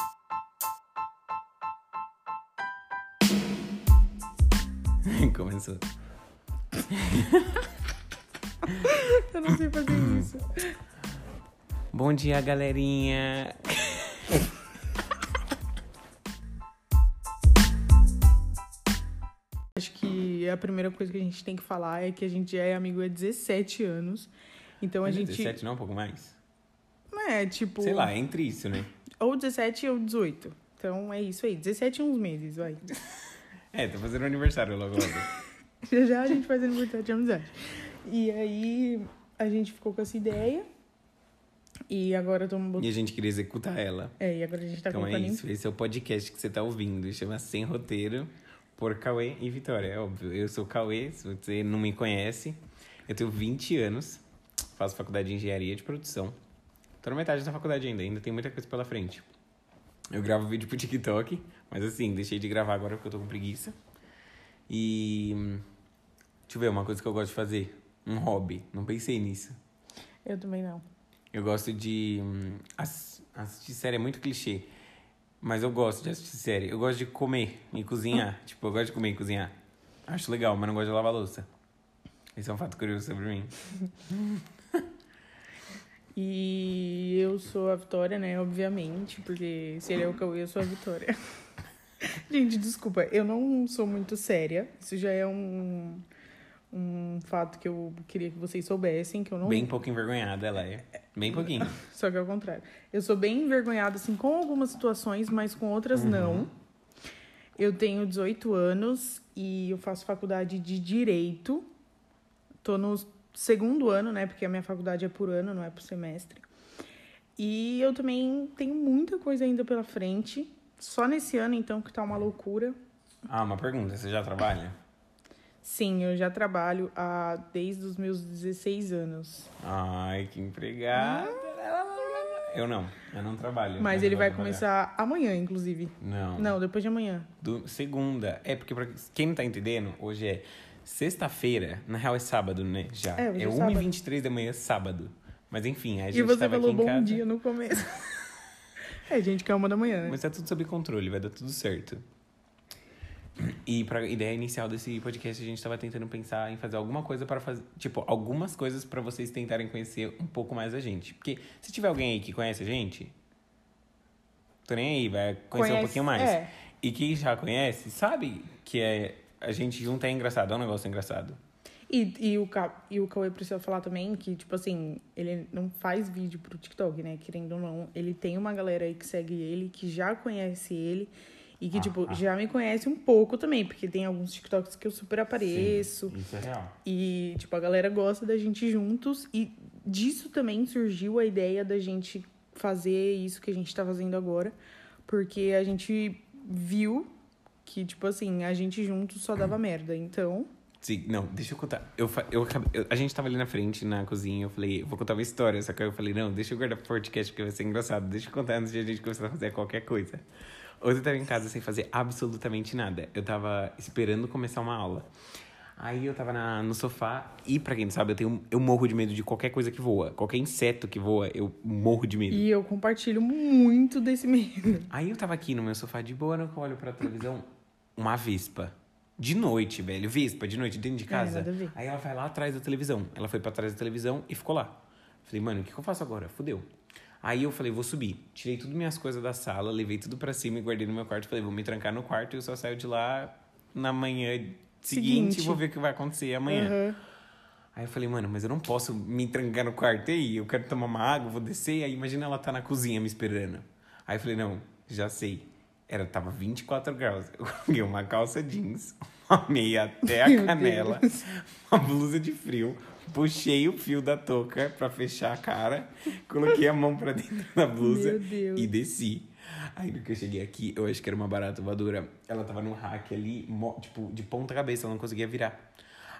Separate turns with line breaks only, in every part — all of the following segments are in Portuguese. Começou.
Eu não sei fazer isso.
Bom dia, galerinha.
Acho que a primeira coisa que a gente tem que falar é que a gente já é amigo há 17 anos. Então a gente.
17 não, um pouco mais?
É, tipo.
Sei lá, entre isso, né?
Ou 17 ou 18. Então é isso aí. 17 e uns meses, vai.
É, tô fazendo aniversário logo logo.
Já já a gente faz aniversário de amizade. E aí a gente ficou com essa ideia. E agora estamos
e
botando.
a gente queria executar ela.
É, e agora a gente tá
Então é
colocando em-
isso, esse é o podcast que você tá ouvindo. Chama Sem Roteiro, por Cauê e Vitória, é óbvio. Eu sou o Cauê, se você não me conhece, eu tenho 20 anos, faço faculdade de Engenharia de Produção. Tô na metade da faculdade ainda, ainda tem muita coisa pela frente. Eu gravo vídeo pro TikTok, mas assim, deixei de gravar agora porque eu tô com preguiça. E... hum, Deixa eu ver, uma coisa que eu gosto de fazer. Um hobby, não pensei nisso.
Eu também não.
Eu gosto de hum, ass- assistir série, é muito clichê. Mas eu gosto de assistir série. Eu gosto de comer e cozinhar.
Hum.
Tipo, eu gosto de comer e cozinhar. Acho legal, mas não gosto de lavar louça. Esse é um fato curioso sobre mim.
E eu sou a Vitória, né? Obviamente, porque se ele é o Cauê, eu sou a Vitória. Gente, desculpa, eu não sou muito séria. Isso já é um, um fato que eu queria que vocês soubessem, que eu não.
Bem pouco envergonhada ela é. Bem pouquinho.
Só que ao contrário. Eu sou bem envergonhada, assim, com algumas situações, mas com outras não. Eu tenho 18 anos e eu faço faculdade de Direito. Tô no segundo ano, né? Porque a minha faculdade é por ano, não é por semestre. E eu também tenho muita coisa ainda pela frente. Só nesse ano, então, que tá uma loucura.
Ah, uma pergunta. Você já trabalha?
Sim, eu já trabalho há, desde os meus 16 anos.
Ai, que empregada. Eu não. Eu não trabalho.
Ah. Mas
Eu
ele
não
vai
vou trabalhar.
começar amanhã, inclusive.
Não.
Não, depois de amanhã.
Do- segunda. É, porque pra quem não tá entendendo, hoje é sexta-feira. Na real é sábado, né? Já.
É, hoje é sábado.
1h23 da manhã, sábado. Mas enfim, aí a gente
E você
tava
falou
aqui em
bom
casa.
dia no começo. é, gente, que é uma da manhã, né?
Mas tá tudo sob controle, vai dar tudo certo. E pra ideia inicial desse podcast, a gente tava tentando pensar em fazer alguma coisa para fazer. Tipo, algumas coisas pra vocês tentarem conhecer um pouco mais a gente. Porque se tiver alguém aí que conhece a gente, tô nem aí, vai conhecer um
Conhece-
pouquinho mais.
é.
E quem já conhece, sabe que é. A gente junta é engraçado, é um negócio engraçado.
E, e, o Ca... e o Cauê precisa falar também que, tipo assim, ele não faz vídeo pro TikTok, né? Querendo ou não, ele tem uma galera aí que segue ele, que já conhece ele. E que,
Ah,
tipo,
ah.
já me conhece um pouco também, porque tem alguns TikToks que eu super apareço.
Sim, isso é real.
E, tipo, a galera gosta da gente juntos. E disso também surgiu a ideia da gente fazer isso que a gente tá fazendo agora. Porque a gente viu que, tipo assim, a gente juntos só dava merda. Então,
Sim, não, deixa eu contar. Eu, fa- eu, acabei- eu- a gente tava ali na frente, na cozinha, eu falei, eu vou contar uma história. Só que aí eu falei, não, deixa eu guardar pro podcast, porque vai ser engraçado. Deixa eu contar antes de a gente começar a fazer qualquer coisa. Hoje eu tava em casa sem fazer absolutamente nada. Eu tava esperando começar uma aula. Aí eu tava na- no sofá, e pra quem não sabe, eu, tenho, eu morro de medo de qualquer coisa que voa. Qualquer inseto que voa, eu morro de medo.
e eu compartilho muito desse medo.
Aí eu tava aqui no meu sofá de boa, no que eu olho pra televisão, uma vespa. De noite, velho. Vespa, de noite, dentro de casa.
nada a ver.
Aí ela vai lá atrás da televisão. Ela foi pra trás da televisão e ficou lá. Falei, mano, o que, que eu faço agora? Fudeu. Aí eu falei, vou subir. Tirei tudo minhas coisas da sala, levei tudo pra cima e guardei no meu quarto. Falei, vou me trancar no quarto e eu só saio de lá na manhã seguinte,
Seguinte.
e vou ver o que vai acontecer amanhã.
Aham.
Aí eu falei, mano, mas eu não posso me trancar no quarto. E aí, eu quero tomar uma água, vou descer. Aí imagina ela tá na cozinha me esperando. Aí eu falei, não, já sei. Era, tava 24 graus. Eu coloquei uma calça jeans, uma meia até a
Meu
canela, uma blusa de frio. Puxei o fio da touca pra fechar a cara, coloquei a mão pra dentro da blusa
Meu Deus.
e desci. Aí no que eu cheguei aqui, eu acho que era uma barata voadora. Ela tava num hack ali, mo- tipo, de ponta cabeça, ela não conseguia virar.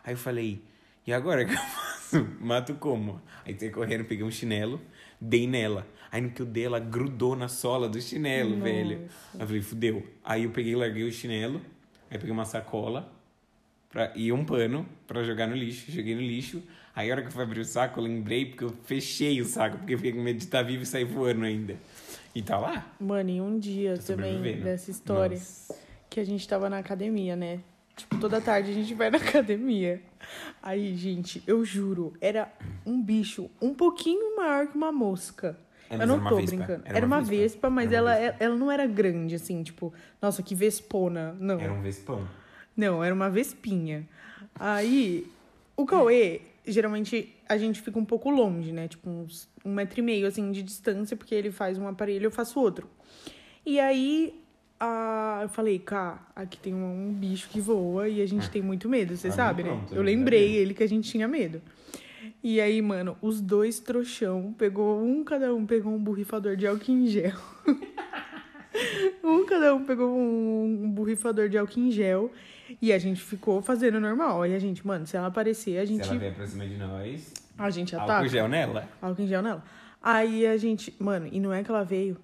Aí eu falei, e agora que eu faço? Mato como? Aí saí correndo, peguei um chinelo, dei nela. Aí no que eu dei, ela grudou na sola do chinelo,
Nossa.
velho. Aí eu falei, fudeu. Aí eu peguei, larguei o chinelo, aí peguei uma sacola pra, e um pano pra jogar no lixo. Joguei no lixo. Aí a hora que eu fui abrir o saco, eu lembrei porque eu fechei o saco, porque eu fiquei com medo de estar vivo e sair voando ainda. E tá lá.
Mano, e um dia
Tá
também
sobrevivendo.
dessa história
Nossa.
que a gente tava na academia, né? Tipo, toda tarde a gente vai na academia. Aí, gente, eu juro, era um bicho um pouquinho maior que uma mosca.
É, mas
eu não
era uma
tô
vespa.
brincando.
Era
Era
uma
uma
vespa.
vespa, mas
Era uma
ela, é, ela não era grande, assim, tipo, nossa, que vespona. Não.
Era um vespão.
Não, era uma vespinha. Aí, o Cauê, geralmente a gente fica um pouco longe, né? Tipo, uns um metro e meio, assim, de distância, porque ele faz um aparelho, eu faço outro. E aí, a... eu falei, cá, aqui tem um, um bicho que voa e a gente tem muito medo, você
Ah,
sabe,
não,
né?
pronto,
Eu
ainda
lembrei
bem.
ele que a gente tinha medo. E aí, mano, os dois trouxão, pegou um cada um, pegou um borrifador de álcool em gel. Um cada um pegou um, um borrifador de álcool em gel e a gente ficou fazendo normal. E a gente, mano, se ela aparecer, a gente, tá.
Se ela vier pra cima de nós,
a gente ataca.
álcool gel né? nela.
Álcool em gel nela. Aí a gente, mano, e não é que ela veio.
Vi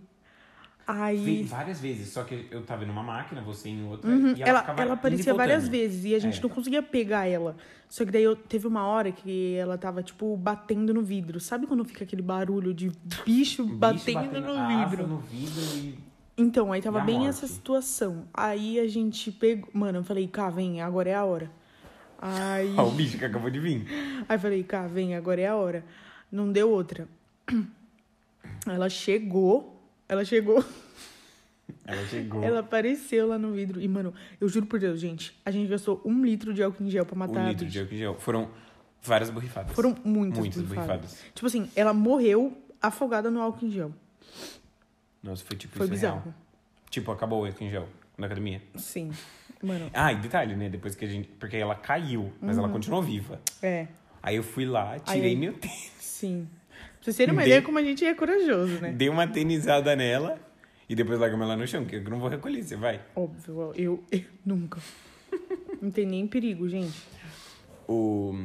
Aí
várias vezes, só que eu tava numa máquina, você em outra,
uhum,
e ela,
ela,
ficava
ela
indo e
aparecia
voltando.
várias vezes e a gente
É.
não conseguia pegar ela. Só que daí eu, teve uma hora que ela tava, tipo, batendo no vidro. Sabe quando fica aquele barulho de
Bicho
bicho, batendo,
a
no
asa
vidro?
no vidro e...
Então, aí
E
tava
a
bem
morte?
essa situação. Aí a gente pegou. Mano, eu falei, cá, vem, agora é a hora. Aí.
Ó, Ah, o bicho que acabou de vir.
Aí eu falei, cá, vem, agora é a hora. Não deu outra. Ela chegou. Ela chegou.
Ela chegou.
Ela apareceu lá no vidro. E, mano, eu juro por Deus, gente. A gente gastou um litro de álcool em gel pra matar
Um
a
litro
bicha.
de álcool em gel. Foram várias borrifadas.
Foram muitas,
Muitas
borrifadas.
borrifadas.
Tipo assim, ela morreu afogada no álcool em gel.
Nossa, foi tipo
Foi
isso
bizarro.
real. Tipo, acabou o álcool em gel na academia.
Sim. Mano,
Ah, e detalhe, né? Depois que a gente... Porque ela caiu, mas ela continuou viva.
é.
Aí eu fui lá, tirei
Uhum. Aí-
meu tênis,
Sim. Pra vocês terem uma
Dei-
ideia como a gente é corajoso, né?
dei uma tenisada nela e depois largamos ela no chão, que eu não vou recolher, você vai.
Óbvio, eu, eu nunca. Não tem nem perigo, gente.
O...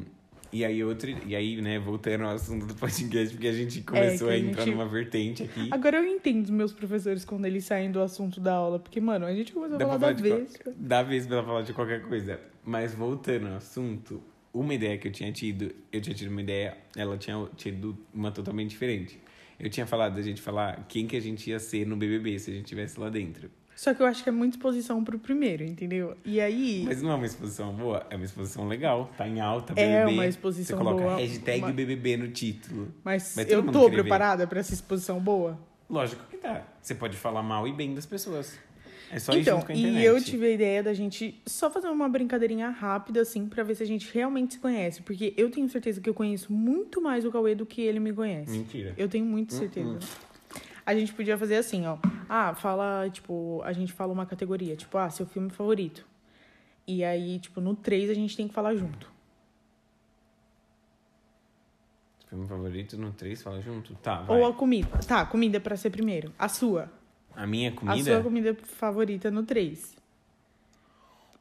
E aí outro... E aí, né, voltando ao assunto do podcast, porque a gente começou
É, que
a
a
entrar
gente-
numa vertente aqui.
Agora eu entendo os meus professores quando eles saem do assunto da aula, porque, mano, a gente começou a
Dá pra falar
falar da
de
vez.
qual- Dá vez pra ela falar de qualquer coisa. Mas voltando ao assunto, uma ideia que eu tinha tido, eu tinha tido uma ideia, ela tinha tido uma totalmente diferente. Eu tinha falado da gente falar quem que a gente ia ser no BBB se a gente estivesse lá dentro.
Só que eu acho que é muita exposição pro primeiro, entendeu? E aí.
Mas não é uma exposição boa, é uma exposição legal, tá em alta,
É
BBB.
uma exposição
Você coloca
boa,
hashtag
uma-
BBB no título.
Mas,
Mas todo
eu
mundo
tô
queria ver.
preparada pra essa exposição boa?
Lógico que tá. Você pode falar mal e bem das pessoas. É só ir
então,
junto com a internet.
e eu tive a ideia da gente só fazer uma brincadeirinha rápida, assim, pra ver se a gente realmente se conhece. Porque eu tenho certeza que eu conheço muito mais o Cauê do que ele me conhece.
Mentira.
Eu tenho muita certeza.
Uhum.
A gente podia fazer assim, ó. Ah, fala, tipo, a gente fala uma categoria, tipo, ah, seu filme favorito. E aí, tipo, no 3 a gente tem que falar junto.
Filme favorito no 3, fala junto. Tá, vai.
Ou a comida. Tá, comida pra ser primeiro. A sua.
A minha
A sua
comida?
comida favorita no 3.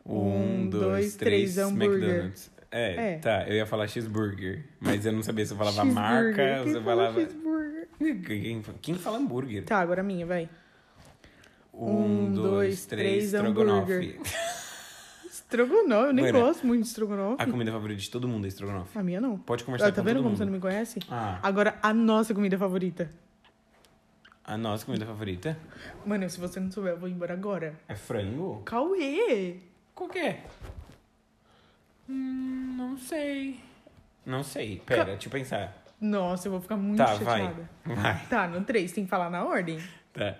Um, dois, três,
hambúrguer.
McDonald's. É,
É.
tá, eu ia falar cheeseburger, mas eu não sabia se eu falava marca,
Cheeseburger.
ou
Quem
se eu
fala
falava...
cheeseburger?
Quem, quem fala hambúrguer?
Tá, agora a minha, vai.
Um, dois, três, estrogonofe.
hambúrguer. Estrogonofe, eu nem
Mano,
gosto muito de estrogonofe.
A comida favorita de todo mundo é estrogonofe.
A minha não.
Pode conversar
Ah, tá
com
vendo
todo
como
mundo.
você não me conhece?
Ah,
Agora, a nossa comida favorita.
a nossa comida favorita
Mano, se você não souber, eu vou embora agora.
é frango?
Cauê!
Qual que é? Hum, não sei. Não sei, pera, deixa eu pensar.
Nossa, eu vou ficar muito
Tá, vai,
chateada.
vai,
Tá, no 3, tem que falar na ordem.
tá.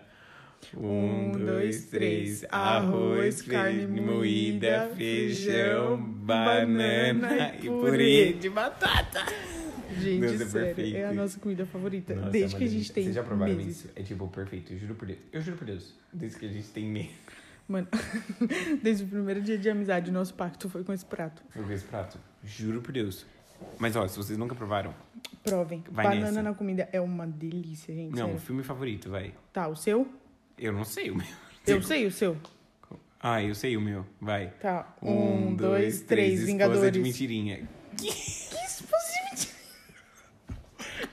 Um, dois, três. Arroz, carne moída, feijão, banana e purê de batata.
Gente,
Deus é
sério,
perfeito.
é a nossa comida favorita.
Nossa,
desde
é uma
que a gente
delícia.
tem
Vocês já provaram
meses.
isso? É tipo perfeito, eu juro por Deus. Eu juro por Deus. Desde que a gente tem meses.
Mano, desde o primeiro dia de amizade, nosso pacto foi com esse prato.
Eu vi esse prato. Juro por Deus. Mas ó, se vocês nunca provaram.
Provem.
Vai
Banana
nessa.
na comida é uma delícia, gente.
Não, o
sério.
filme favorito, vai.
Tá, o seu?
Eu não sei o meu.
Eu sei o seu.
Ah, eu sei o meu. Vai.
Tá. Um, dois, três,
Esposa de
Vingadores.
mentirinha.
Que esposa de mentira?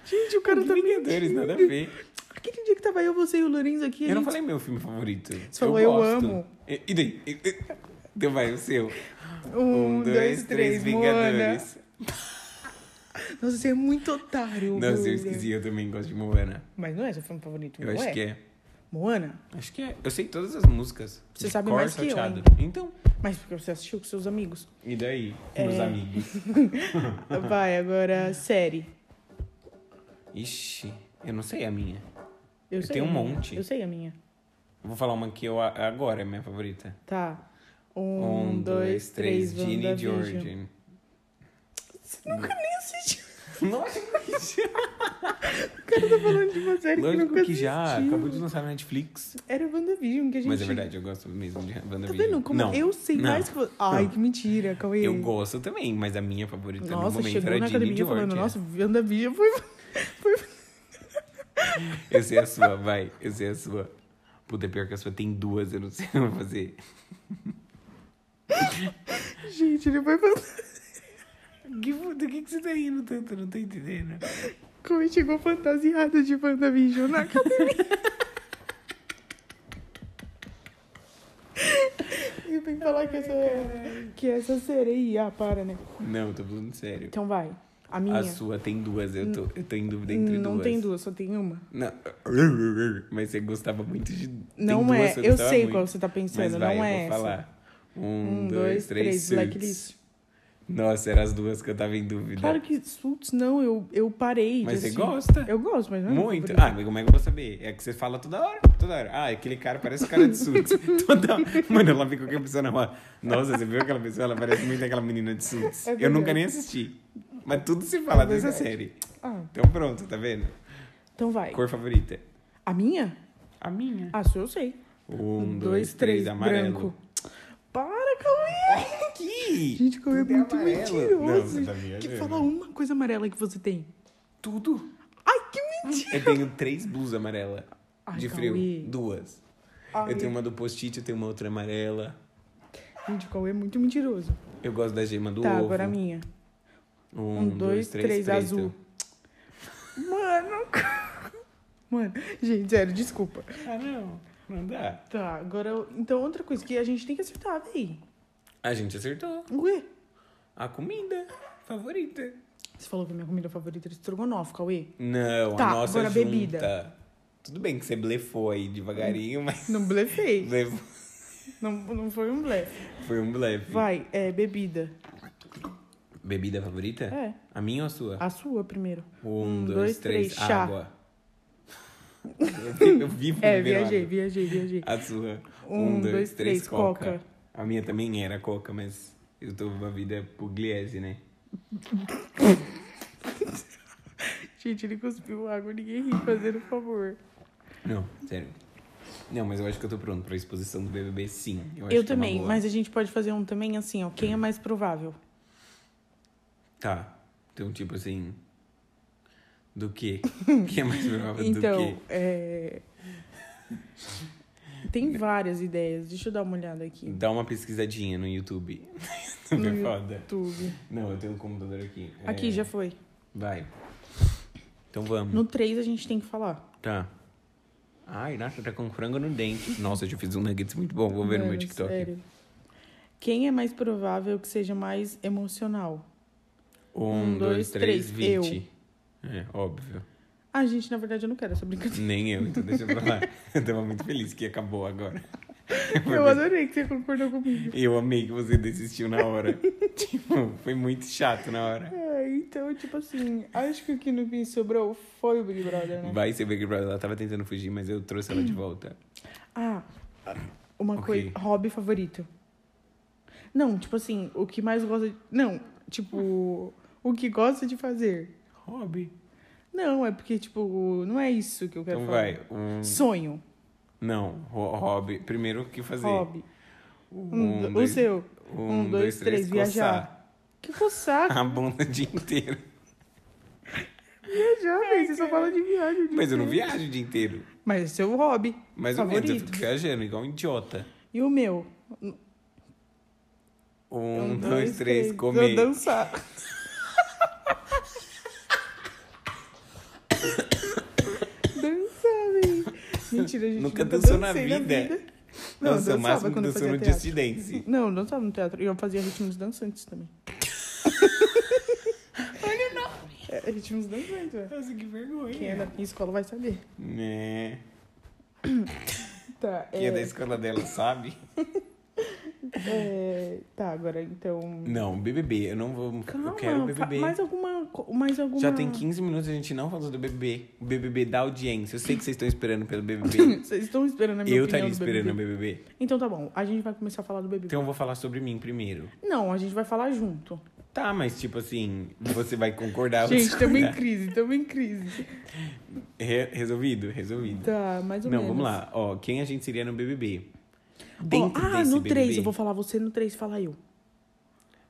Gente, o cara tá
Vingadores,
mentindo.
nada a ver.
Aquele dia que tava eu, você e o Lourenço aqui, a
Eu não
gente-
falei meu filme favorito.
Você falou, eu
gosto.
amo.
E, e daí? E- e- Então vai, o seu.
Um, dois, três, Moana. Nossa, você é muito otário.
Nossa, eu
Guga.
esqueci, eu também gosto de Moana.
Mas não é seu filme favorito,
Eu
não
acho
é?
que é.
Moana?
Acho que é. Eu sei todas as músicas.
Você
De
sabe
cor,
mais que eu
salteado. Então.
Mas porque você assistiu com seus amigos.
E daí?
É.
Meus amigos.
Vai, agora, série.
Ixi, eu não sei a minha.
Eu
Eu
sei.
tenho
a
um
minha.
monte.
Eu sei a minha.
Vou falar uma que eu a- agora é minha favorita.
Tá. Um, dois, três,
Ginny e
WandaVision.
George.
Você nunca nem assistiu.
Lógico que já.
O cara tá falando de uma série que
Lógico
nunca
que já.
assistiu.
Acabou de lançar na Netflix.
Era WandaVision que a gente...
Mas é verdade, eu gosto mesmo de
Tá
WandaVision.
vendo como
não,
eu sei
não.
mais que você? Ai, que mentira, Cauê.
Eu gosto também, mas a minha favorita no
Nossa,
um momento
chegou
era
na
Ginny e
academia
George.
falando,
é.
nossa, WandaVision foi...
Eu sei é a sua, vai. Eu sei a sua. Puta, pior que a sua tem duas, eu não sei o que eu vou fazer.
Gente, ele foi fantástico.
Que puta, o que, que você tá rindo tanto? Eu não tô entendendo.
Cauê chegou fantasiado de WandaVision na academia. Eu tenho que falar que essa, que essa sereia, ah, para, né?
Não, eu tô falando sério.
Então vai, a minha. Hum,
A sua tem duas, eu tô, eu tô em dúvida entre
não
duas.
tem duas, só tem uma.
Não. Mas você gostava muito de. tem
Não
duas,
é,
você
eu
gostava
sei
muito.
qual você tá
Mas vai,
pensando, não
eu
é
vou
essa.
falar. Um, dois, três, suits.
Blacklist.
Nossa, eram as duas que eu tava em dúvida.
Claro que Suits não, eu, eu parei
mas
de
você
assistir.
gosta?
assim, Eu gosto, mas não é meu
Muito.
favorito.
Ah, mas como é que eu vou saber? É que você fala toda hora, toda hora. Ah, aquele cara parece o cara de suits. toda hora. Mano, ela fica com aquela pessoa na rua. Nossa, você viu aquela pessoa? Ela parece muito aquela menina de suits.
É
eu nunca
verdade.
nem assisti. Mas tudo se fala
É
dessa
verdade.
série.
Ah,
Então pronto, tá vendo?
então vai.
Cor favorita?
A minha?
A minha.
Ah, sua eu sei.
Um, dois, três, amarelo.
branco. Para, Cauê!
Que?
Gente, Cauê é
Tudo é
muito
amarelo. Não,
mentiroso.
você tá me
que
olhando.
fala uma coisa amarela que você tem.
Tudo.
Ai, que mentira!
Eu tenho três blusas amarelas
Ai,
de frio.
Cauê.
Duas.
Ai,
Eu tenho uma do post-it, eu tenho uma outra amarela.
Gente, o Cauê é muito mentiroso.
Eu gosto da gema do
tá,
ovo.
agora a minha.
Um,
Um, dois, três, azul. Mano... Mano, gente, sério, desculpa.
Ah, não. Não dá.
Tá, agora... eu- Então, outra coisa que a gente tem que acertar, véi.
A gente acertou.
Ué?
A comida favorita.
Você falou que a minha comida favorita era estrogonofe, Cauê.
Não,
Tá,
a nossa
agora a
junta.
bebida. Hum.
Tudo bem que você blefou aí devagarinho, mas
Não blefei.
blefou.
não, não foi um blefe.
foi um blefe.
Vai, é bebida.
Bebida favorita?
É.
A minha ou a sua?
A sua primeiro.
Um, dois,
dois,
três,
três, chá.
água. Eu vi- Eu vivo
É,
bebendo
viajei,
água.
viajei, viajei.
A sua.
Um, dois, três, coca.
A minha também era coca, mas eu tô uma vida pugliese, né?
Gente, ele cuspiu água, ninguém ri fazendo um favor.
Não, sério. Não, mas eu acho que eu tô pronto pra exposição do BBB, sim. Eu, acho
Eu
que é uma
também,
boa.
mas a gente pode fazer um também assim, ó. Quem é mais provável?
Tá. Então, tipo assim. Do quê? que é mais provável do
Então,
quê?
é. Tem várias ideias. Deixa eu dar uma olhada aqui
Dá uma pesquisadinha no YouTube.
No
é foda.
YouTube.
Não, eu tenho um computador aqui. É,
Aqui, já foi.
Vai. Então vamos.
No 3 a gente tem que falar.
Tá. Ai, nossa, tá com frango no dente. Nossa, eu já fiz um nuggets muito bom. Vou ver no meu
Mano,
TikTok.
sério. Quem é mais provável que seja mais emocional?
Um,
Um, dois,
dois, três,
três,
vinte. É, óbvio.
Ah, gente, na verdade eu não quero essa brincadeira.
Nem eu, então deixa pra lá. Eu tava muito feliz que acabou agora. É
Eu adorei que você concordou comigo.
Eu amei que você desistiu na hora. tipo, foi muito chato na hora.
É, então, tipo assim, acho que o que no fim sobrou foi o Big Brother, né?
Vai ser Big Brother. Ela tava tentando fugir, mas eu trouxe ela de volta.
Ah, uma
Ok.
coisa. Hobby favorito. Não, tipo assim, o que mais gosta de. Não, tipo, o que gosta de fazer.
Hobby.
Não, é porque, tipo, não é isso que eu quero
Então
falar.
vai. Um...
Sonho.
Não, ho- hobby. Primeiro o que fazer?
Hobby. Um,
Um,
do-
dois,
o seu.
um, dois, três,
viajar. Que coçar,
A bunda o dia inteiro.
viajar, velho. né? Você só fala de viagem. o dia
É, Mas eu não
inteiro.
viajo o dia inteiro.
Mas é seu hobby.
Mas
favorito.
eu eu fico viajando igual um idiota.
E o meu?
Um, dois, três, comer.
Eu dançar. dançar, véi. Mentira, gente.
Nunca dançou na
dancei
vida.
Não,
Nossa,
eu
o máximo
dançava quando eu
dançou no
fazia
Just
teatro.
Dance.
Não, eu dançava no teatro. E eu fazia ritmos dançantes também. Olha o nome. É, ritmos dançantes, velho.
Nossa, que vergonha.
Quem é da minha escola vai saber.
Né?
Tá,
Que é da
é,
escola dela, sabe?
é, tá, agora então.
Não, BBB. Eu não vou.
Calma,
eu quero
fa-
BBB.
mais alguma. co- Mais alguma...
Já tem 15 minutos e a gente não falou do BBB. O BBB da audiência. Eu sei que vocês estão esperando pelo BBB.
Vocês estão esperando a minha
eu
opinião
estaria
do
esperando o
BBB.
BBB.
Então tá bom, a gente vai começar a falar do BBB.
Então eu vou falar sobre mim primeiro.
Não, a gente vai falar junto.
Tá, mas tipo assim, você vai concordar ou
gente, estamos em
discordar.
crise, estamos em crise.
Re- Resolvido, resolvido.
Tá, mais ou
não,
menos.
vamos lá. Ó, quem a gente seria no BBB?
Ó,
Dentro
ah,
desse
no
BBB.
3, eu vou falar você no 3, fala eu.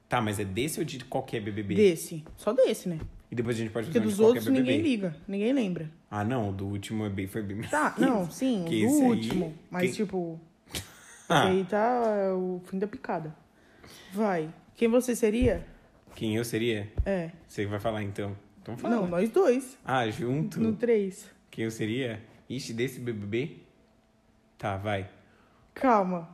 Tá, mas é desse ou de qualquer BBB?
Desse. Só desse, né?
E depois a gente pode
Porque
fazer um de
dos
qualquer
outros
BBB.
ninguém liga, ninguém lembra.
Ah, não, o do último é bem, foi bem...
Tá, não, sim,
Que
o do
esse aí-
último. Mas,
que-
tipo,
Ah,
aí tá é, o fim da picada. Vai. Quem você seria?
quem eu seria?
É.
Você vai falar então. Então fala.
Não, nós dois.
Ah, junto?
No 3.
Quem eu seria? Ixi, desse BBB? Tá, vai.
Calma.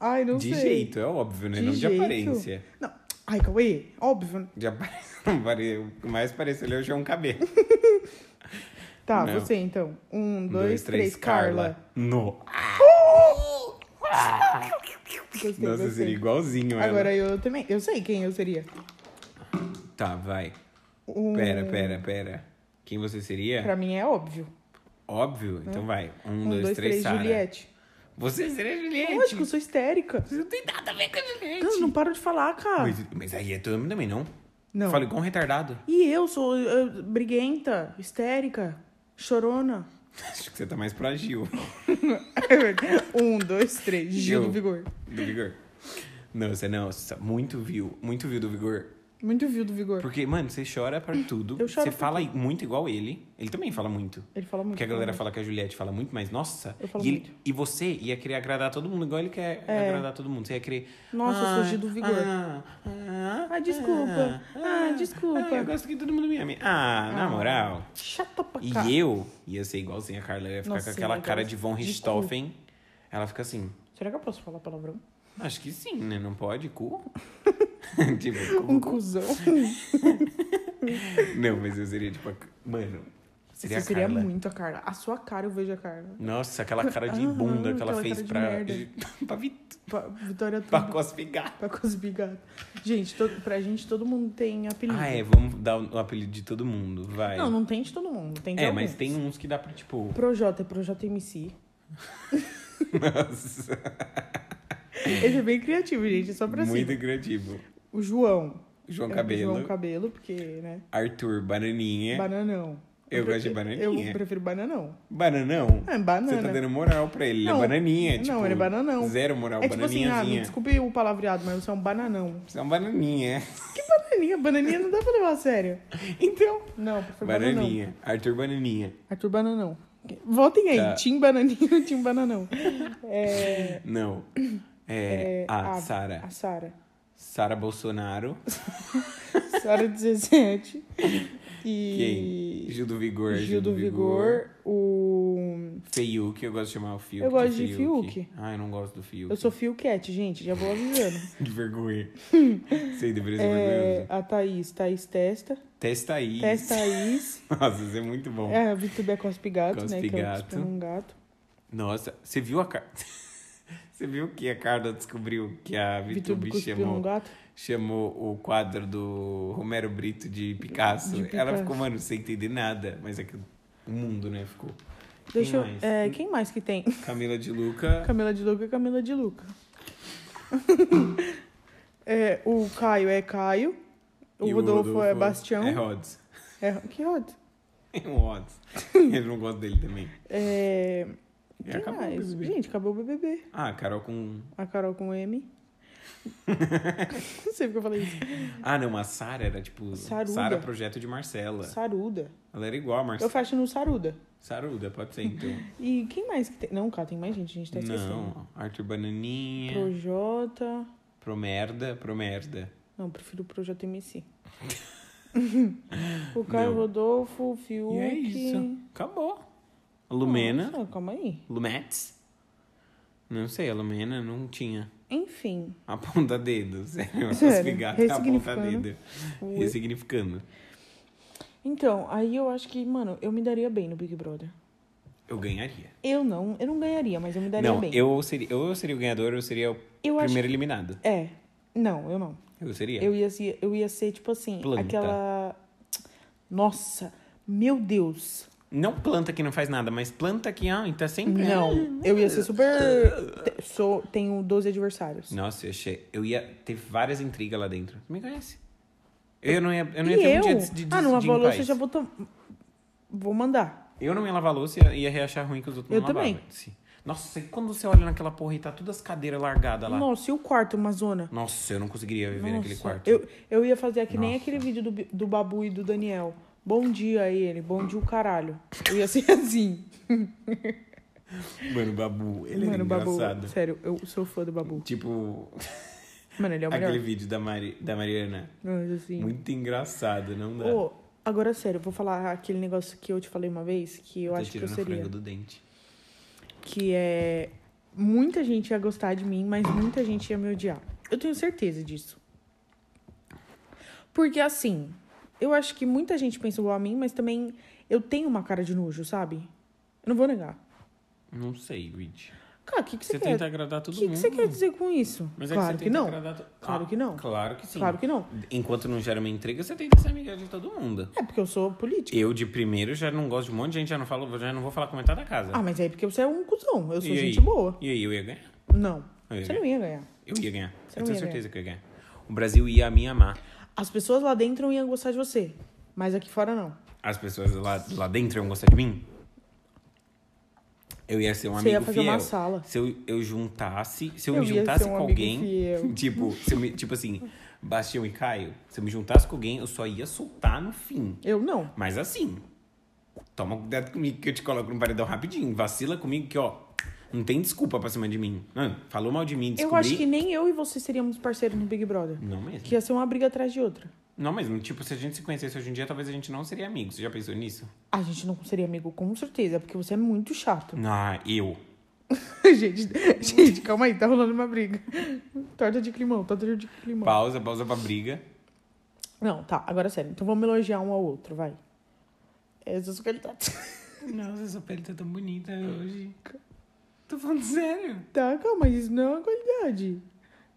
Ai, não
de
sei.
jeito, é óbvio, né?
De
não
jeito.
de aparência.
Não. Ai, Cauê, óbvio.
De aparência, não pare- o que mais pareceu ali é o João Cabelo.
Tá,
Não.
você então. Um, dois, três, Carla.
No.
Gostei,
Ah. Nossa,
gostei.
seria igualzinho ela.
Agora eu também. Eu sei quem eu seria.
Tá, vai.
Um...
Pera, pera, pera. Quem você seria?
Pra mim é óbvio.
Óbvio. Então vai. Um,
Um,
dois, três, Sara.
Juliette.
Você seria a Juliette.
Lógico, eu sou histérica.
Você não tem nada a ver com a Juliette.
Não, não paro de falar, cara.
Mas, mas aí é todo mundo também, não?
Ah. Não.
Fala igual um retardado.
E eu sou eh, briguenta, histérica, chorona.
Acho que você tá mais pra Gil.
um, dois, três. Gil
Eu.
do Vigor.
Do Vigor. Não, você não. Nossa, muito viu. Muito viu do Vigor.
Muito viu do Vigor.
Porque, mano, você chora pra tudo.
Eu choro
Você
pra
fala muito igual ele. Ele também fala muito.
Ele fala muito.
Porque a galera
né?
fala que a Juliette fala muito, mas nossa.
Eu falo
e, ele-
muito.
e você ia querer agradar todo mundo, igual ele quer
É.
agradar todo mundo. Você ia querer.
Nossa, eu sou Gil do Vigor.
Ah, ah,
Ah, desculpa. Ah, desculpa.
ah, eu gosto que todo mundo me ame. Ah, na moral.
Chata pra
E
cá.
eu ia ser igualzinho a Carla. Eu ia ficar
Nossa,
com aquela
eu
cara
gosto
de Von
de cu.
Richthofen. Ela fica assim.
Será que eu posso falar palavrão?
Acho que sim, né? Não pode, cu. tipo, cu.
Um cuzão.
Não, mas eu seria tipo. a- Mano, seria
Você
a
seria
Carla.
muito a Carla. A sua cara eu vejo a Carla.
Nossa, aquela cara de
Ah,
bunda que ela
aquela
fez pra.
cara de
pra, vit-
Pa- Vitória tudo.
pra cosmigar.
Pra cosbigar. Gente, to... pra gente todo mundo tem apelido.
Ah, é, vamos dar o apelido de todo mundo, vai.
Não, não tem de todo mundo. Tem de
é,
algum.
mas tem uns que dá pra, tipo.
Projota, é Projota MC.
Nossa,
Ele é bem criativo, gente. É só pra
muito
cima.
criativo.
O João.
João
É o
Cabelo,
João Cabelo, porque, né?
Arthur, Bananinha.
Bananão.
Eu gosto de
prefiro-
bananinha.
Eu prefiro bananão.
Bananão?
É,
Você
banana.
tá dando moral pra ele, ele é
Não.
bananinha.
Não,
Tipo,
ele é bananão.
Zero moral,
é tipo assim, ah,
bananinhazinha.
desculpe o palavreado, mas você é um bananão.
Você é um bananinha.
Bananinha, bananinha não dá pra levar a sério.
Então,
Não, eu prefiro bananão.
bananinha. Arthur Bananinha.
Arthur Bananão. Votem aí,
Tá.
Tim Bananinho, Tim Bananão. É,
Não. É,
é,
a Sara.
A Sara.
Sara Bolsonaro.
Sara 17. E.
Quem? Gil do Vigor.
Gil do Vigor. O.
Fiuk, eu gosto de chamar o Fiuk.
Eu gosto de Fiuk.
Ah, eu não gosto do Fiuk.
Eu sou Fiuquete, gente, já vou avisando.
Que vergonha. Você deveria ser
É,
vergonhoso.
a Thaís, Thaís Testa.
Testa aí.
Thaís Thaís.
Nossa, isso é muito bom.
É, a Vitube é Cospigato, né? Que é o
Cospigato.
cuspindo um gato.
Nossa, você viu a Carla... Você viu que a Carla descobriu que a
Vitube
Vitube
cuspiu
chamou,
um gato.
chamou o quadro do Romero Brito de Picasso?
De
Ela
Picasso.
ficou, mano, sem entender nada. Mas é que o mundo, né, ficou.
Deixa eu.
mais?
é, quem mais que tem?
Camila de Luca.
Camila de Luca, Camila de Luca. É, o Caio é Caio. O
e
Rodolfo, é
É
Bastião.
Rhodes.
É, que ódio.
É um Rhodes. Eu não gosto dele também.
É,
E
quem
acabou o
mais?
BBB.
Gente, acabou o BBB.
Ah, Carol com...
A Carol com M. Não sei porque eu falei isso.
Ah, não, a Sara era tipo...
Saruda.
Sara Projeto de Marcela.
Saruda.
Ela era igual a
Eu
Marcela.
fecho no Saruda.
Saruda, pode ser então.
E quem mais que tem? Não, cara, tem mais gente, a gente tá esquecendo.
não, Arthur Bananinha.
Projota.
Promerda, promerda.
Não, prefiro o Projota MC. o Caio
Não.
Rodolfo, o Fiuk.
E é isso. Acabou. Lumena.
Nossa, calma aí.
Lumetes? Não sei, a Lumena não tinha.
Enfim.
Aponta dedo, sério.
Sério,
Sério, é aponta
ressignificando.
dedo. Ressignificando.
Então, aí eu acho que, mano, eu me daria bem no Big Brother.
Eu ganharia.
Eu não, eu não ganharia, mas eu me daria
Não,
bem.
eu seria, eu seria o ganhador, eu seria o
Eu acho
primeiro eliminado.
É. Não, eu não.
Eu seria.
Eu ia ser, eu ia ser tipo assim,
Planta.
aquela Nossa, meu Deus.
Não planta que não faz nada, mas planta que ah, tá sempre.
Não, eu ia ser super te- sou tenho 12 adversários.
Nossa, eu, achei, eu ia ter várias intrigas lá dentro. Tu me conhece? Eu não ia, eu não ia
e
ter
eu?
um dia de, de, de
ah, numa
em
louça eu
paz.
já vou to- vou mandar.
Eu não ia lavar louça e ia, ia reachar ruim que os outros
Eu
não
também.
lavavam. Sim. Nossa, e quando você olha naquela porra e tá todas as cadeiras largadas Tá lá?
Nossa, e o quarto, uma zona?
Nossa, eu não conseguiria viver naquele
Nossa,
quarto.
Eu, eu ia fazer que nem
Nossa.
aquele vídeo do, Bi- do Babu e do Daniel. Bom dia a ele, bom dia o caralho. Eu ia ser assim.
Mano, o Babu, ele
Mano,
era
o
engraçado.
Babu, sério, eu sou fã do Babu.
Tipo,
Mano, ele é o melhor.
aquele vídeo da, Mari, da Mariana.
Mas, assim,
Muito né? engraçado, não dá.
Ô, agora sério, eu vou falar aquele negócio que eu te falei uma vez, que eu
Tá
acho que eu
tirando a
seria.
franga do dente.
Que é. Muita gente ia gostar de mim, mas muita gente ia me odiar. Eu tenho certeza disso. Porque assim, eu acho que muita gente pensa igual a mim, mas também eu tenho uma cara de nojo, sabe? Eu não vou negar.
Não sei, Luigi.
Cara, o que, que você,
Você
quer?
tenta agradar
O
todo
que,
mundo.
que você quer dizer com isso?
Mas é
claro
que, você
que,
tenta
não.
agradar to-
Claro
Ah,
que não.
Claro que sim.
Claro que não.
Enquanto não gera uma intriga, você tenta ser amiga de todo mundo.
É porque eu sou política.
Eu, de primeiro, já não gosto de um monte de gente, já não, falo, já não vou falar com metade da casa.
Ah, mas é porque você é um cuzão. Eu sou
E
gente
aí?
boa.
E aí, eu ia ganhar?
Não.
Eu ia
Você
ganhar.
não ia ganhar.
Eu ia ganhar.
Você
eu
não
tenho
ia
certeza que eu ia ganhar. O Brasil ia me amar.
As pessoas lá dentro iam gostar de você, mas aqui fora não.
As pessoas lá, lá dentro iam gostar de mim? Eu ia ser um
Você ia
amigo
fazer
fiel.
uma sala.
Se eu, eu juntasse, se eu,
Eu
me
ia
juntasse
ser um
com
amigo
alguém,
fiel.
tipo, se eu me- tipo assim, Bastião e Caio, se eu me juntasse com alguém, eu só ia soltar no fim.
Eu não.
Mas assim, toma cuidado comigo que eu te coloco no paredão rapidinho. Vacila comigo que, ó, não tem desculpa pra cima de mim. Não, falou mal de mim, descobri.
Eu acho que nem eu e você seríamos parceiros no Big Brother.
Não mesmo.
Que ia ser uma briga atrás de outra.
Não mesmo. Tipo, se a gente se conhecesse hoje em dia, talvez a gente não seria amigo. Você já pensou nisso?
A gente não seria amigo, com certeza, porque você é muito chato.
Ah, eu.
gente, gente, calma aí, tá rolando uma briga. Torta de climão, torta de climão.
Pausa, pausa pra briga.
Não, tá, agora sério. Então vamos elogiar um ao outro, vai. é Essas qualidades.
Nossa, sua pele tá tão bonita hoje. Tô falando sério.
Tá, calma, mas isso não é uma qualidade.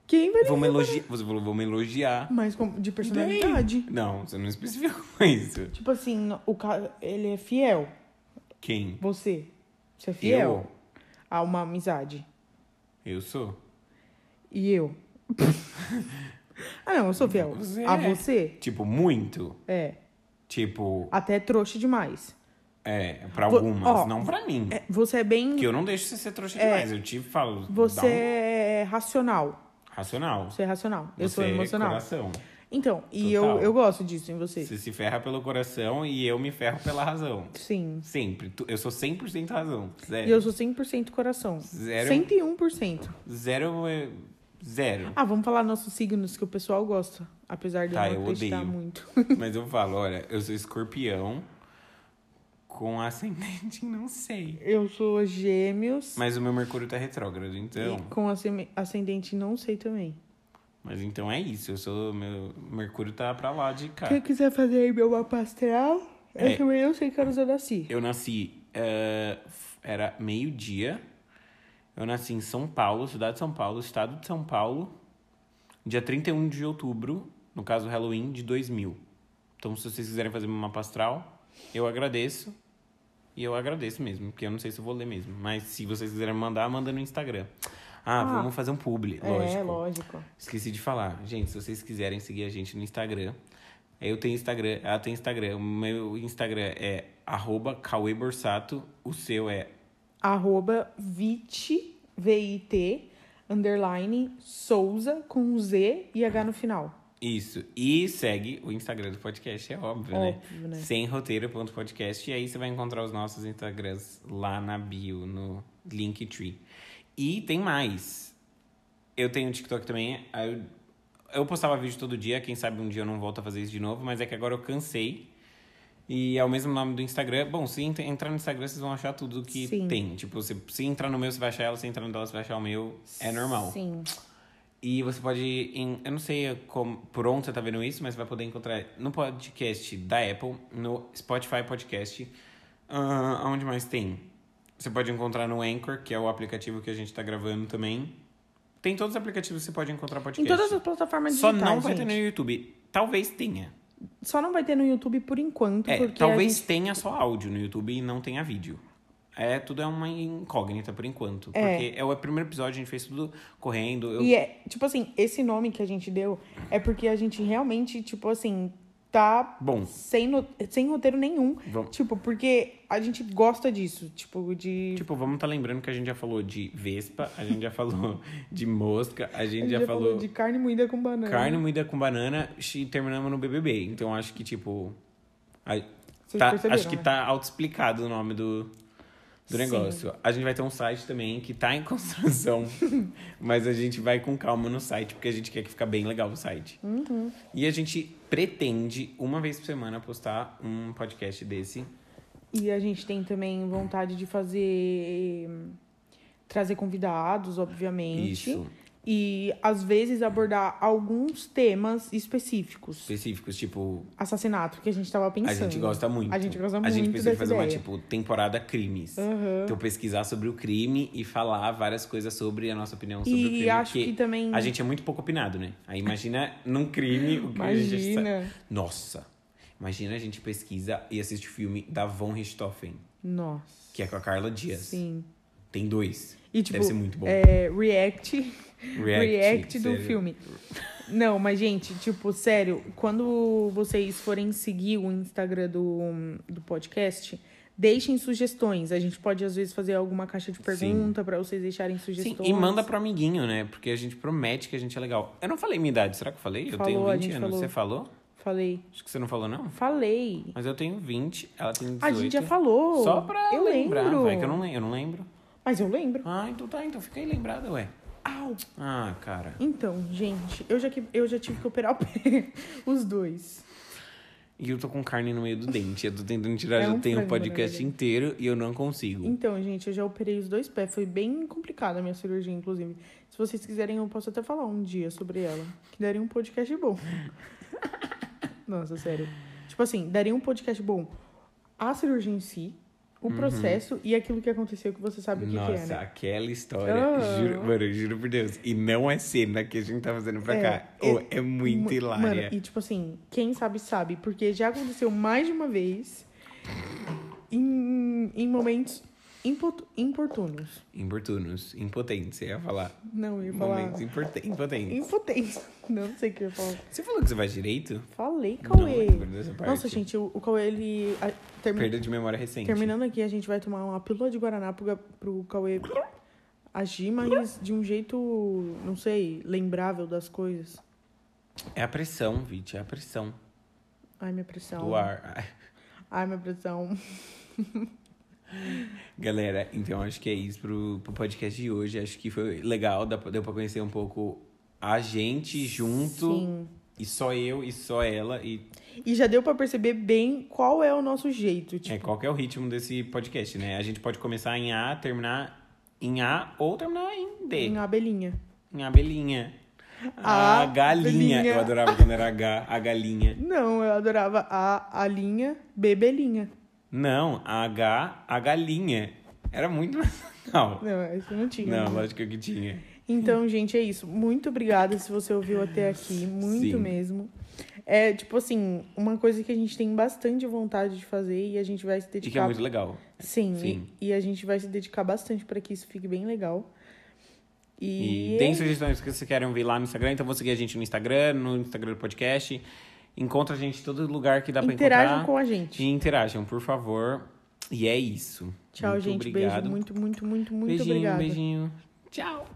Quem vai
Vamos elogiar. Você falou, vamos elogiar.
mais com- de personalidade?
Não, você não especificou isso.
Tipo assim, o cara, ele é fiel.
Quem?
Você. Você é fiel a uma amizade.
Eu? Eu sou?
E eu. ah, não, eu sou fiel.
Você
A
é.
você?
Tipo, muito?
É.
Tipo,
Até trouxa demais.
é, pra
Vo-
algumas,
ó,
não pra mim.
É, você é bem.
Porque eu não deixo você ser trouxa
É.
demais. Eu te falo.
Você
dá
é racional.
um racional.
Você é racional. Eu
Você
sou
é
emocional.
coração.
Então, e eu,
Total.
eu gosto disso em você.
Você se ferra pelo coração e eu me ferro pela razão.
Sim.
Sempre. Tu- Eu sou 100% razão. Zero.
E eu sou 100% coração.
É. Zero.
101%.
Zero é. Zero.
Ah, vamos falar nossos signos que o pessoal gosta. Apesar de
Tá,
eu
eu
não acreditar
odeio.
muito.
Mas eu falo, olha, eu sou escorpião com ascendente, em não sei.
Eu sou gêmeos.
Mas o meu Mercúrio tá retrógrado, então.
E com ascem- ascendente não sei também.
Mas então é isso. Eu sou. Meu Mercúrio tá pra lá de cá.
Quem quiser fazer aí meu mapa astral,
É.
eu também não sei que horas eu nasci.
Eu nasci. eh, f- era meio-dia. Eu nasci em São Paulo, cidade de São Paulo, estado de São Paulo, dia 31 de outubro, no caso Halloween, de 2000. Então, se vocês quiserem fazer meu mapa astral, eu agradeço. E eu agradeço mesmo, porque eu não sei se eu vou ler mesmo. Mas se vocês quiserem mandar, manda no Instagram. Ah,
Ah,
vamos fazer um publi, lógico.
É, lógico.
Esqueci de falar. Gente, se vocês quiserem seguir a gente no Instagram, eu tenho Instagram, ela tem Instagram. O meu Instagram é arroba Cauê Borsato, o seu é
Arroba VIT, V-I-T, underline, Souza, com um Z e H no final.
isso. E segue o Instagram do podcast, é óbvio,
Óbvio,
né?
né?
Sem roteiro.podcast. E aí você vai encontrar os nossos Instagrams lá na bio, no Linktree. E tem mais. Eu tenho TikTok também. aí Eu, eu postava vídeo todo dia, quem sabe um dia eu não volto a fazer isso de novo, mas é que agora eu cansei. E é o mesmo nome do Instagram. Bom, se ent- entrar no Instagram, vocês vão achar tudo que
Sim.
tem. Tipo, se, se entrar no meu, você vai achar ela, se entrar no dela, você vai achar o meu. É normal.
Sim.
E você pode. ir Em, eu não sei como, por onde você tá vendo isso, mas você vai poder encontrar no podcast da Apple, no Spotify Podcast. ah, aonde mais tem? Você pode encontrar no Anchor, que é o aplicativo que a gente tá gravando também. Tem todos os aplicativos que você pode encontrar podcast.
Em todas as plataformas
Só
digitais,
não vai ter
gente.
no YouTube. Talvez tenha.
Só não vai ter no YouTube por enquanto,
É,
porque
talvez
a gente...
tenha só áudio no YouTube e não tenha vídeo. É, tudo é uma incógnita por enquanto.
É.
Porque é o primeiro episódio, a gente fez tudo correndo. Eu...
E é, tipo assim, esse nome que a gente deu é porque a gente realmente, tipo assim, tá
Bom,
sem, no- sem roteiro nenhum.
vamos...
Tipo, porque a gente gosta disso, tipo, de...
Tipo, vamos tá lembrando que a gente já falou de vespa, a gente já falou de mosca, a gente
a gente
já, falou
de carne moída com banana.
carne moída com banana e terminamos no BBB. Então acho que, tipo. a-
Vocês
tá-
perceberam,
acho que
né?
tá auto-explicado o nome do, do
Sim.
negócio. A gente vai ter um site também que tá em construção, mas a gente vai com calma no site, porque a gente quer que fica bem legal o site.
Uhum.
E a gente pretende, uma vez por semana, postar um podcast desse.
E a gente tem também vontade de fazer. trazer convidados, obviamente.
Isso.
E às vezes abordar alguns temas específicos.
Específicos, tipo,
Assassinato, que a gente tava pensando.
A gente gosta muito.
A gente gosta
A gente
muito
precisa
dessa
fazer uma,
ideia.
tipo, temporada crimes.
Aham.
Então, pesquisar sobre o crime e falar várias coisas sobre a nossa opinião sobre o crime.
E acho
porque
que também.
a gente é muito pouco opinado, né? Aí imagina num crime o que a gente... sa-
Imagina.
Nossa! Imagina a gente pesquisa e assiste o filme da Von Richthofen,
Nossa.
que é com a Carla Dias.
Sim.
Tem dois.
E tipo,
Deve ser muito bom.
é, react,
React,
react, do
sério.
filme. Não, mas gente, tipo, sério, quando vocês forem seguir o Instagram do, do podcast, deixem sugestões. A gente pode às vezes fazer alguma caixa de pergunta pra vocês deixarem
Sim,
sugestões.
e manda pro amiguinho, né? Porque a gente promete que a gente é legal. Eu não falei minha idade, será que eu falei? Eu
Falou,
tenho
a
20
gente
anos.
falou.
Você falou?
Falei.
Acho que você não falou, não?
Falei.
Mas eu tenho 20, ela tem 18.
A gente já falou.
Só pra
eu
lembrar.
lembro.
Vai que eu não, lem- eu não lembro.
Mas eu lembro.
Ah, então tá, então fica aí lembrada, ué.
Au.
Ah, cara.
Então, gente, eu já, que- eu já tive que operar o pé. Os dois.
E eu tô com carne no meio do dente. Eu tô tentando tirar,
É
já
um
tenho um
frango, né,
podcast
gente?
inteiro e eu não consigo.
Então, gente, eu já operei os dois pés. Foi bem complicada a minha cirurgia, inclusive. Se vocês quiserem, eu posso até falar um dia sobre ela. Que daria um podcast bom. Nossa, sério. Tipo assim, daria um podcast bom a cirurgia em si, o processo e aquilo que aconteceu que você sabe o que, que é,
Uhum. Nossa,
né?
aquela história.
Ah.
Juro, mano, eu juro por Deus. E não é cena que a gente tá fazendo pra
É,
cá.
é-
Ô, é muito
Mu-
hilária.
Mano, e tipo assim, quem sabe sabe, porque já aconteceu mais de uma vez em, em momentos impotu- importunos.
Importunos. Impotentes, você ia falar.
Não, eu ia falar.
Momentos importen- impotentes.
Impotência. Não sei o que eu ia falar.
Você falou que você faz direito?
Falei,
Não é
Cauê.
lembro dessa parte.
Nossa, gente, o, o Cauê, ele. a- termi-
Perda de memória recente.
Terminando aqui, a gente vai tomar uma pílula de Guaraná pro, Ga- pro Cauê agir, mas de um jeito, não sei, lembrável das coisas.
É a pressão, Vit, é a pressão
Ai, minha pressão.
do ar.
Ai, minha pressão.
Galera, então acho que é isso pro, pro podcast de hoje. Acho que foi legal, dá pra- deu pra conhecer um pouco a gente junto.
Sim.
E só eu e só ela. E
E já deu pra perceber bem qual é o nosso jeito. Tipo,
é, qual que é o ritmo desse podcast, né? A gente pode começar em A, terminar em A ou terminar em D.
em abelhinha.
Em abelhinha. A,
A
galinha.
belinha.
Eu adorava quando era H, a galinha.
Não, eu adorava a, a linha bebelinha.
Não, a H, a galinha. Era muito mais legal.
Não, isso não tinha.
Não,
né?
lógico que tinha.
Então, gente, é isso. Muito obrigada se você ouviu até aqui.
Sim.
Muito mesmo. É, tipo assim, uma coisa que a gente tem bastante vontade de fazer e a gente vai se
E que é
dedicar.
muito legal.
Sim,
Sim.
E, e a gente vai se dedicar bastante para que isso fique bem legal. E,
E tem sugestões que vocês querem ouvir lá no Instagram, então vão seguir a gente no Instagram, no Instagram do podcast. Encontra a gente em todo lugar que dá pra
interajam
encontrar.
com a gente.
E interajam, por favor. E é isso.
Tchau,
Muito
gente.
Obrigado.
Beijo. Muito, muito, muito, muito
beijinho,
obrigada. tá?
beijinho. Tchau.